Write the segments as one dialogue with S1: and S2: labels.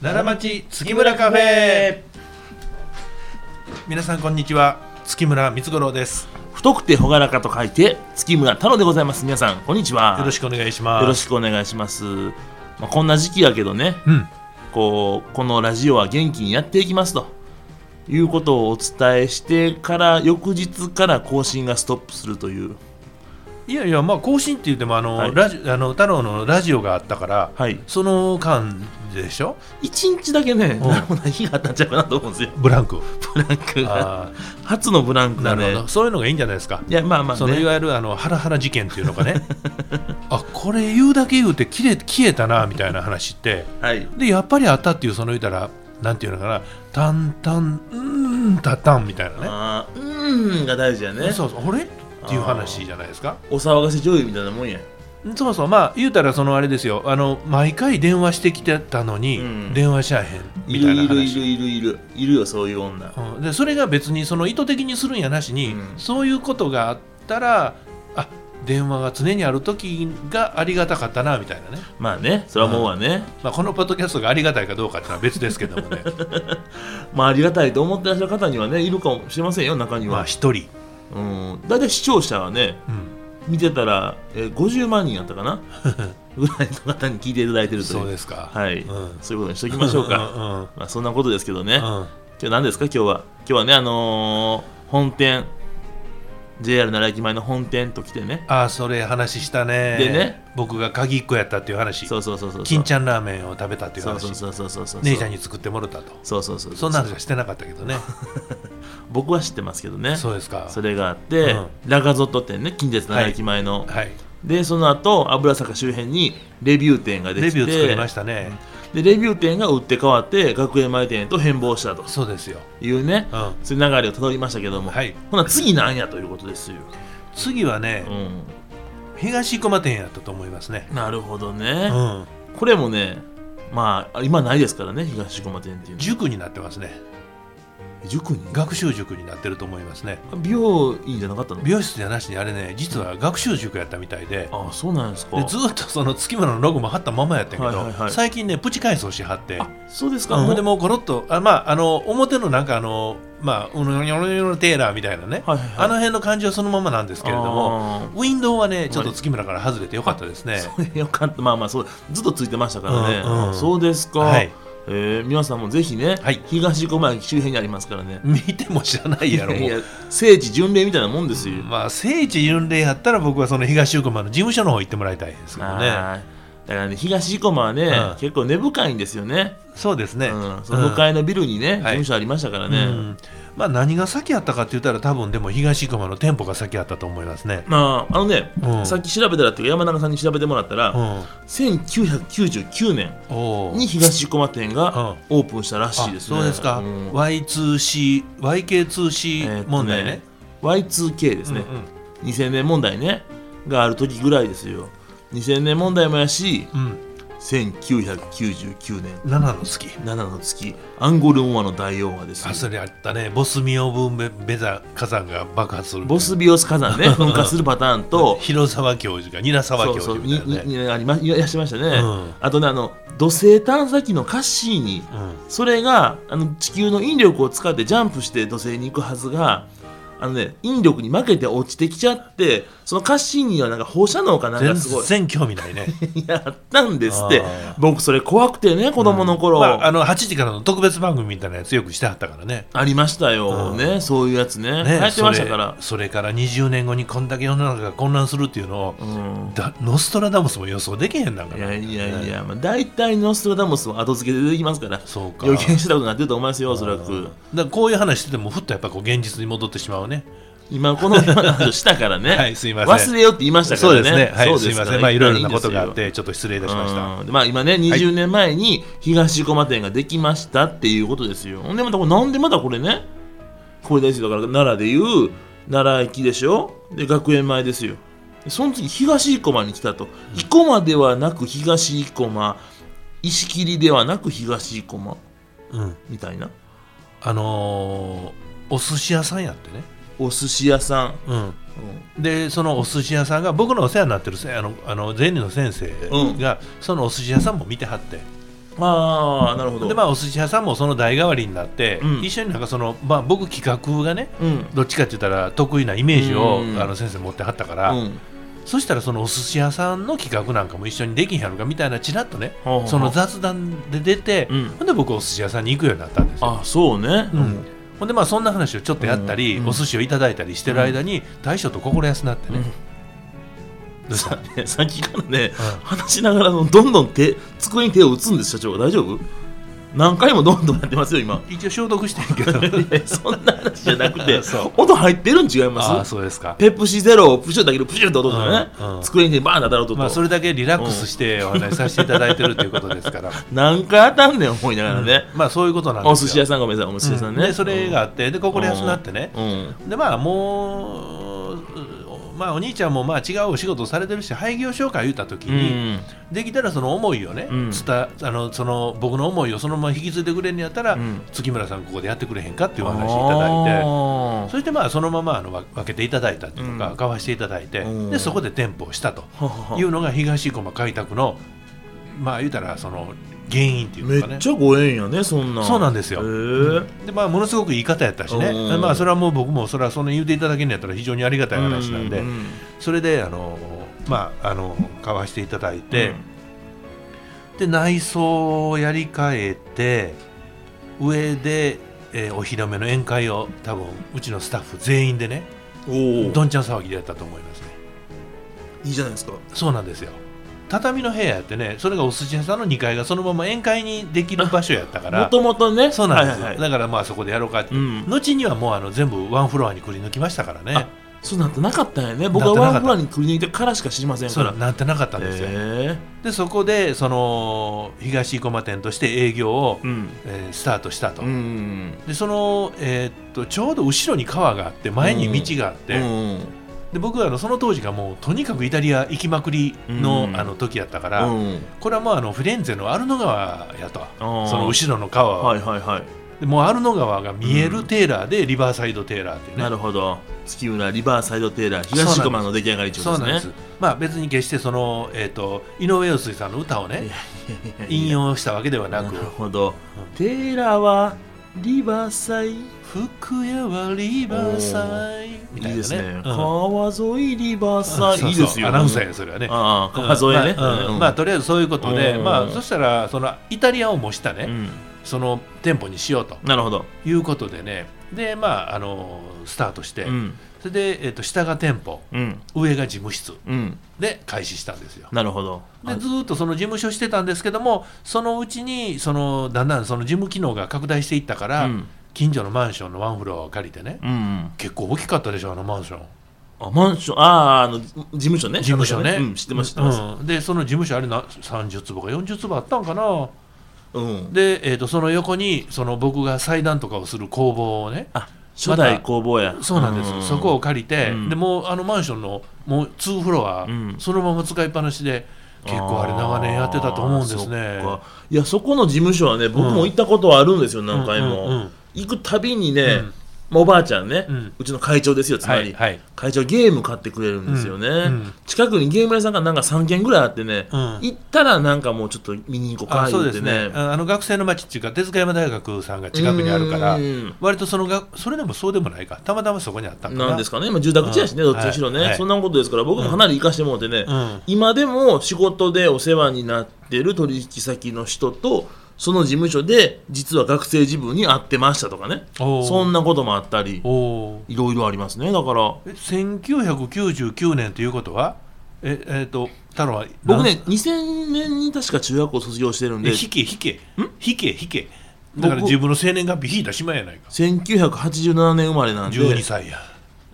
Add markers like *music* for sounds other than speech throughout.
S1: 奈良町月村カフェ皆さんこんにちは月村光五郎です
S2: 太くて朗らかと書いて月村太郎でございます皆さんこんにちは
S1: よろしくお願いします
S2: よろしくお願いします、まあ、こんな時期やけどね
S1: うん
S2: こうこのラジオは元気にやっていきますということをお伝えしてから翌日から更新がストップするという
S1: いやいやまあ更新って言ってもあの、
S2: はい
S1: ラジあの太郎のラジオがあったから
S2: はい
S1: その間でしょ
S2: 一日だけね
S1: うん
S2: なるほどな日があったんちゃうかなと思うんですよ
S1: ブラン
S2: *laughs*
S1: ク
S2: ブランクが
S1: あ
S2: 初のブラン
S1: ー
S2: ク
S1: な
S2: だ
S1: るほ
S2: ね
S1: どそういうのがいいんじゃないですか
S2: いやまあまあ
S1: そのい
S2: ね
S1: わゆるあのハラハラ事件っていうのかね
S2: *laughs*
S1: あこれ言うだけ言うて切れ消えたなみたいな話って
S2: はい
S1: でやっぱりあったっていうその言うたらなんていうのかなタンタンうーんタタンみたいなね
S2: あーうーんが大事やね
S1: そうそうあれっていう話じゃないですか
S2: お騒がせ女優みたいなもんや
S1: そうそうまあ言うたらそのあれですよあの毎回電話してきてたのに、
S2: うん
S1: 電話しゃあへんみ
S2: い
S1: たい
S2: る
S1: ない
S2: るい
S1: 話
S2: るいるいるいるよそういう女
S1: うんでそれが別にその意図的にするんやなしに、
S2: うん
S1: そういうことがあったらあ電話が常にある時がありがたかったなみたいなね、
S2: まあねそれはもうはね、
S1: まあ、このポッドキャストがありがたいかどうかっていうのは別ですけども
S2: *laughs*
S1: ね
S2: まあありがたいと思ってらっしゃる方にはねいるかもしれませんよ中に
S1: まあ
S2: は、
S1: 一人、
S2: うん大体視聴者はね
S1: うん、
S2: 見てたら、えー50万人やった
S1: *laughs*
S2: かなぐらいの方に聞いていただいてるという
S1: そうですか
S2: はい、
S1: うん
S2: そういうことにしときましょうか、
S1: か
S2: まあ、そんなことですけどね、
S1: うんうん、うん
S2: 今日何ですか今日は今日はねあのー本店 JR 奈良駅前の本店と来てね
S1: ああそれ話したね
S2: でね
S1: 僕が鍵っ子やったっていう話
S2: そうそうそうそうそう
S1: 金ちゃんラーメンを食べたっていう
S2: そう
S1: 話
S2: そうそうそうそうそう
S1: 姉ちゃんに作ってもらったと
S2: そうそうそう
S1: そんな話はしてなかったけどね
S2: 僕は知ってますけどね
S1: そうですか
S2: *laughs* それがあって、
S1: うん
S2: ラガゾット店ね近鉄奈良駅前の、
S1: はい
S2: でその後油坂周辺にレビュー店がで
S1: レ
S2: きて
S1: ビュー作りましたね
S2: でレビュー店が売って変わって学園前店へと変貌したと
S1: そうですよ
S2: いうね、
S1: うん
S2: そういう流れをたどりましたけども、
S1: はい
S2: ほな次なんやということですよ、
S1: 次はね
S2: う
S1: 東駒店やったと思いますね
S2: ん、なるほど
S1: う
S2: ね、
S1: ん
S2: これもねまあ今ないですからね東駒店っていうのは
S1: 塾になってますね
S2: 塾に
S1: 学習塾になってると思いますね
S2: 美容院じゃなかったの
S1: 美容室じゃなしにあれね実は学習塾やったみたいで
S2: あそうなんですか
S1: でずっとその月村のロゴも貼ったままやったんやけ
S2: はいはいは
S1: ど
S2: い
S1: 最近ねプチ改装しはって
S2: あそうですか、
S1: うん
S2: も
S1: ほ
S2: うん
S1: でもうゴロッとあまああの表のなんかあのまあうのにょろにょろテーラーみたいなね
S2: はいはいはい
S1: あの辺の感じはそのままなんですけれども
S2: あー
S1: ウィンドウはねちょっと月村から外れてよかったですね
S2: それよかったまあまあそうずっとついてましたからね、
S1: うんうん
S2: あそうですか、
S1: はい
S2: えー皆さんもぜひね、
S1: はい
S2: 東駒駅周辺にありますからね
S1: 見ても知らないやろ
S2: い
S1: も
S2: や
S1: う
S2: いや聖地巡礼みたいなもんですよ、
S1: まあ聖地巡礼やったら僕はその東横浜の事務所の方行ってもらいたいですけどね
S2: はいだからね東駒はね、
S1: うん
S2: 結構根深いんですよね、
S1: そうですね、
S2: うん、その向かいのビルにね、事務所ありましたから
S1: うん
S2: ね、
S1: うんまあ何が先やったかって言ったら多分でも東横浜の店舗が先やったと思いますね
S2: まああのね、
S1: うん
S2: さっき調べたらっていうか山中さんに調べてもらったら、
S1: うん
S2: 1999年
S1: おー
S2: に東駒店がオープンしたらしい
S1: あ
S2: ですね、
S1: そうですか、
S2: うん
S1: Y2CYK2C 問題ね,、
S2: えーっとね Y2K ですね、
S1: うんうん
S2: 2000年問題ねがある時ぐらいですよ2000年問題もやし
S1: うん、
S2: 1999年
S1: 7の月
S2: 7の月アンゴルモアの大王がです
S1: あ
S2: よ
S1: それあったねボスミオブンベベザ火山が爆発する
S2: ボスビオス火山
S1: *laughs*
S2: ね噴火するパターンと
S1: 広沢教授が韮沢
S2: そ
S1: 教
S2: うそ
S1: 授
S2: う
S1: み
S2: に
S1: たいなね
S2: ににありまいらっしゃいましたね、
S1: うん
S2: あとねあの土星探査機のカッシーニ
S1: うん
S2: それがあの地球の引力を使ってジャンプして土星に行くはずがあのね引力に負けて落ちてきちゃってそのカッシーニはなんか放射能かなんかすごい
S1: 全然興味ない
S2: *laughs*
S1: ね、 *laughs*
S2: やったんですって
S1: あー
S2: 僕それ怖くてね子供の頃、
S1: ま
S2: あ
S1: あ、あの8時からの特別番組みたいなやつよくしてはったからね
S2: りました
S1: う
S2: よ、
S1: ん
S2: ねそういうやつね
S1: ね
S2: 流行ってましたから
S1: それそれから20年後にこんだけ世の中が混乱するっていうのを、
S2: うん
S1: だノストラダムスも予想できへんなんか
S2: い
S1: ら
S2: やいやい
S1: ね
S2: や、まあ、大体ノストラダムスは後付けで出てきますから
S1: そうか
S2: 予見したことになってると思いますよおそらく
S1: だからこういう話しててもふっとやっぱこう現実に戻ってしまうね
S2: 今この今の話をしたからね
S1: *laughs* はいすいません
S2: 忘れようって言いましたか
S1: そう
S2: らね
S1: ですねはい
S2: そう
S1: す
S2: で
S1: いま
S2: から
S1: せんまあいろいろなことがあっ
S2: いいんで
S1: てちょっと失礼いた
S2: す
S1: し
S2: よ
S1: ました
S2: うんでまあ今ね20年前に東駒店ができましたっていうことですよほんでまたこれなんでまたこれねこれですよだから奈良でいう奈良駅でしょで学園前ですよでその次東生駒に来たと生駒ではなく東生駒石切ではなく東生駒
S1: うん
S2: みたいな
S1: あのーお寿司屋さんやってね、
S2: お寿司屋さん、
S1: うん、
S2: うん
S1: でそのお寿司屋さんが僕のお世話になってるせあのあのゼニの先生が、そのお寿司屋さんも見てはって
S2: ああなるほど
S1: でまあお寿司屋さんもその代替わりになって、
S2: うん
S1: 一緒になんかその、まあ、僕企画がね
S2: うん
S1: どっちかって言ったら得意なイメージを、
S2: うん
S1: あの先生持ってはったから、
S2: うん
S1: そしたらそのお寿司屋さんの企画なんかも一緒にできへんやろかみたいなちらっとね
S2: はあはあ
S1: その雑談で出て、
S2: うん
S1: ほんで僕お寿司屋さんに行くようになったんですよ。
S2: あそうね
S1: うんほんでまあそんな話をちょっとやったり、
S2: うんうん
S1: お寿司をいただいたりしてる間に、大将と心安なってね、どうした
S2: ね *laughs* さっきからね話しながらのどんどん手机に手を打つんです社長が大丈夫何回もどんどんやってますよ今 *laughs*
S1: 一応消毒してんけ *laughs* ど
S2: いやそんな話じゃなくて
S1: *laughs* そう
S2: 音入ってるん違い
S1: ああ
S2: ます
S1: そうですか、
S2: ペプシゼロをプシュッだけでプシュッと音だね、
S1: うんうん
S2: 机に手バーンって当たる音と、
S1: まあ、それだけリラックスしてお話しさせていただいてるということです
S2: *laughs*
S1: から、
S2: 何回当たんねん思いながらね、
S1: まあそういうことなんですよ
S2: お寿司屋さんごめんなさいお寿司屋さんね、
S1: うんでそれがあってで心安なってね、
S2: うん、うん
S1: でまあもううまあお兄ちゃんもまあ違うお仕事をされてるし廃業紹介言った時
S2: う
S1: に、
S2: ん
S1: できたらその思いをね、
S2: うん
S1: 伝あのその僕の思いをそのまま引き継いでくれんのやったら、
S2: うん
S1: 月村さんここでやってくれへんかっていうお話いただいて
S2: あー
S1: そしてまあそのままあのわ分けていただいたっていうか、
S2: うん
S1: 買わしていただいて、
S2: うん
S1: でそこで店舗をしたと
S2: ははは
S1: いうのが東生駒開拓のまあ言うたらその原因っていう
S2: め
S1: かね
S2: っちゃご縁やねそんな
S1: そうなんですよ
S2: へえ
S1: でまあ、ものすごくいい方やったしね、
S2: うん
S1: まあ、それはもう僕もそれはそんな言うていただけるんやったら非常にありがたい話なんで、
S2: うう
S1: それであの、まあ、あの買わせていただいて、
S2: うん
S1: で内装をやり替えて上で、えーお披露目の宴会を多分うちのスタッフ全員でね
S2: おお
S1: どんちゃん騒ぎでやったと思いますね
S2: いいじゃないですか
S1: そうなんですよ畳の部屋やってねそれがお寿司屋さんの2階がそのまま宴会にできる場所やったか
S2: も
S1: ら
S2: ともとね
S1: そうなんですよ、
S2: はいはいは
S1: だ
S2: い
S1: からまあそこでやろうかって
S2: うん、
S1: 後にはもうあの全部ワンフロアにくり抜きましたからね
S2: あそうなんてなかったんやね僕
S1: な
S2: は
S1: ってな
S2: ワ
S1: か
S2: ン
S1: った
S2: フラにくり抜いてからしか知りません
S1: そ
S2: か
S1: う
S2: ら
S1: ななんてなかったんですよ、
S2: へ
S1: でそこでその東生駒店として営業を、
S2: えうん
S1: えースタートしたと、
S2: うん
S1: でその、えーっとちょうど後ろに川があって前に道があって、
S2: うん
S1: で僕はあのその当時がもうとにかくイタリア行きまくりの,、
S2: うん
S1: あの時やったから、
S2: うん
S1: これはもうあのフィレンツェのアルノ川やと
S2: あー
S1: その後ろの川は、
S2: はいはいはい、
S1: でもうアルノ川が見えるテーラーで、リバーサイドテーラーっていうね
S2: なるほど月村リバーサイドテーラー東駒の出来上がり中です
S1: そ
S2: ね
S1: うなんです、まあ、別に決してその、えー、と井上陽水さんの歌をね
S2: いやいや
S1: 引用したわけではな
S2: な
S1: く
S2: るほど、
S1: うん
S2: テーラーはリバーサイ
S1: 「福屋はリバーサイ」みたいなね
S2: いいですね、
S1: うん
S2: 川沿いリバー
S1: そ
S2: サ
S1: う
S2: イ
S1: そう
S2: いいですよ
S1: アナウンサーやそれはね
S2: ああ川沿いね、
S1: まあうんまあとりあえずそういうことで、
S2: うん
S1: まあ、そしたらそのイタリアを模したね、
S2: うん
S1: その店舗にしようと
S2: なるほど、
S1: いうことでねでまああのスタートして、
S2: うん
S1: それで、えー、と下が店舗
S2: うん
S1: 上が事務室
S2: うん
S1: で開始したんですよ
S2: なるほど
S1: でずーっとその事務所してたんですけどもそのうちにそのだんだんその事務機能が拡大していったから、
S2: うん
S1: 近所のマンションのワンフロアを借りてね
S2: うん
S1: 結構大きかったでしょあのマンション
S2: あマンションあああの事務所ね
S1: 事務所ね、
S2: うん、知ってます知ってます、
S1: うんでその事務所あれな30坪か40坪あったんかな
S2: うん
S1: で、えー、とその横にその僕が裁断とかをする工房をね
S2: あ初代工房や、
S1: そうなんです、そこを
S2: を
S1: 借りて、
S2: うん
S1: でもうあのマンションのもう2フロア、
S2: うん
S1: そのまま使いっぱなしで結構あれ長年やってたと思うんですね
S2: そっかいやそこの事務所はね僕も行ったことはあるんですよ、何回も、
S1: うんうんうん
S2: 行くたびにね、
S1: うん
S2: まあおばあちゃんね、う
S1: うん
S2: ちの会長ですよつま
S1: は
S2: り、
S1: いはい
S2: 会長ゲーム買ってくれるんですよね、
S1: うんうん
S2: 近くにゲーム屋さんがなんか3軒ぐらいあってね、
S1: うん
S2: 行ったらなんかもうちょっと見に行こうか
S1: あ
S2: 言
S1: そう
S2: っ
S1: で
S2: て
S1: す
S2: ね
S1: ねああの学生の街っていうか手塚山大学さんが近くにあるから
S2: うん
S1: 割とそのがそれでもそうでもないかたまたまそこにあったんかな
S2: なんですかね今住宅地やしね、
S1: うん
S2: どっちにしろね、
S1: はいはい
S2: そんなことですから僕もかなり行かしてもらってね、
S1: うん
S2: 今でも仕事でお世話になってる取引先の人とその事務所で実は学生時分に会ってましたとかね
S1: おー
S2: そんなこともあったり
S1: おー
S2: いろいろありますねだから
S1: え1999年ということはええー、と太郎は
S2: 僕
S1: なん
S2: ね2000年に確か中学校卒業してるん
S1: え
S2: で
S1: 引け引け引け引け
S2: 僕
S1: だから自分の生年月日引いた島やないか
S2: 1987年生まれなんで
S1: 12歳や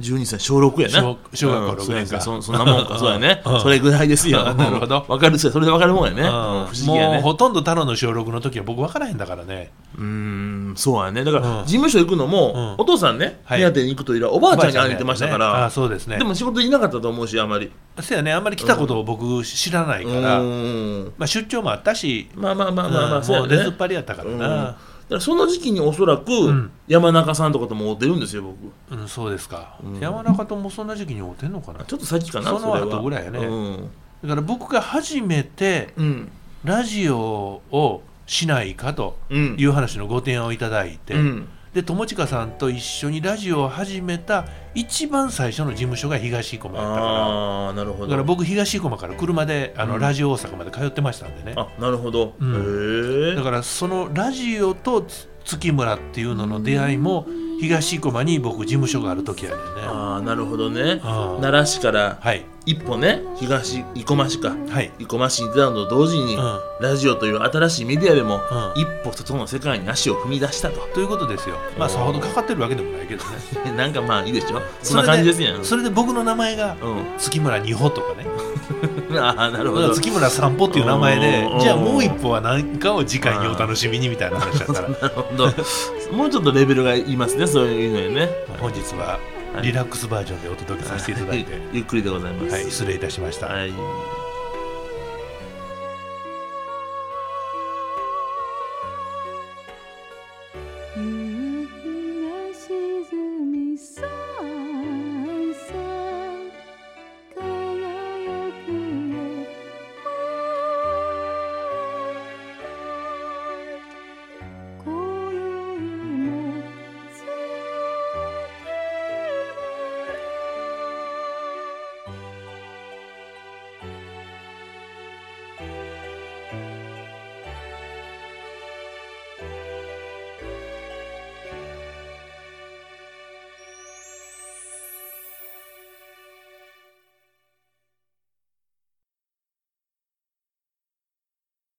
S2: 12歳小6やな
S1: 小小学校六年か
S2: うんそうやそそんなもんかそうやね
S1: うん
S2: それぐらいですよ
S1: *laughs* なるほど
S2: わかるそれでわかるもんやね、うん
S1: うん
S2: 不思議や
S1: もう
S2: ね
S1: ほとんど太郎の小6の時は僕分からへんだからね
S2: うーんそうやねだから、
S1: うん
S2: 事務所行くのも、
S1: うん
S2: お父さんね
S1: はい
S2: 目当てに行くというよりはおばあちゃんに会いに行ってましたか
S1: おばあちゃんねあ
S2: ら、
S1: ーそうですね
S2: でも仕事いなかったと思うしあまり
S1: そうやねあんまり来たことを僕知らないから、
S2: うーん
S1: まあ、出張もあったし、
S2: まあまあまあまあまあ、
S1: うん
S2: そうや
S1: もう
S2: ね
S1: 出ずっぱりやったから
S2: うんだ
S1: な、
S2: からその時期におそらく、
S1: ん
S2: 山中さんとかとも会ってるんですよ僕
S1: うんそうですか、山中ともそんな時期に会うてんのかな
S2: ちょっとさっきかな
S1: その後
S2: れは
S1: ぐらいやね
S2: うん
S1: だから僕が初めて
S2: うん
S1: ラジオをしないかと
S2: うん
S1: いう話のご提案をいただいて、
S2: うん
S1: で友近さんと一緒にラジオを始めた一番最初の事務所が東生駒やったから
S2: ああなるほ
S1: だ
S2: ど
S1: から僕東生駒から車であの、
S2: うん
S1: ラジオ大阪まで通ってましたんでね
S2: あなるほど、
S1: うん
S2: へえ
S1: だからそのラジオとつ月村っていうのの出会いも東生駒に僕事務所がある時やねんね
S2: ああなるほどね
S1: あー
S2: 奈良市から
S1: はい
S2: 一歩ね東生駒市か
S1: はい
S2: 生駒市に出たのと同時に、
S1: うん
S2: ラジオという新しいメディアでも、
S1: ん
S2: 一歩外の世界に足を踏み出したと *laughs*
S1: ということですよまあ
S2: おー
S1: さほどかかってるわけでもないけどね
S2: なんかまあいいでしょ *laughs* そんな感じですやん
S1: それで僕の名前が
S2: う
S1: 月村二歩とかね
S2: ん *laughs* ああなるほ
S1: だか
S2: ど
S1: ら月村散歩っていう名前
S2: うん
S1: でじゃあもう一歩は何かを次回にお楽しみにみたいな話だから
S2: なるほどもうちょっとレベルがいますねそういうのにね
S1: 本日はリラックスバージョンでお届けさせていただいて、
S2: ゆっくりでございます
S1: はい、失礼いたしました、
S2: はい
S3: 夢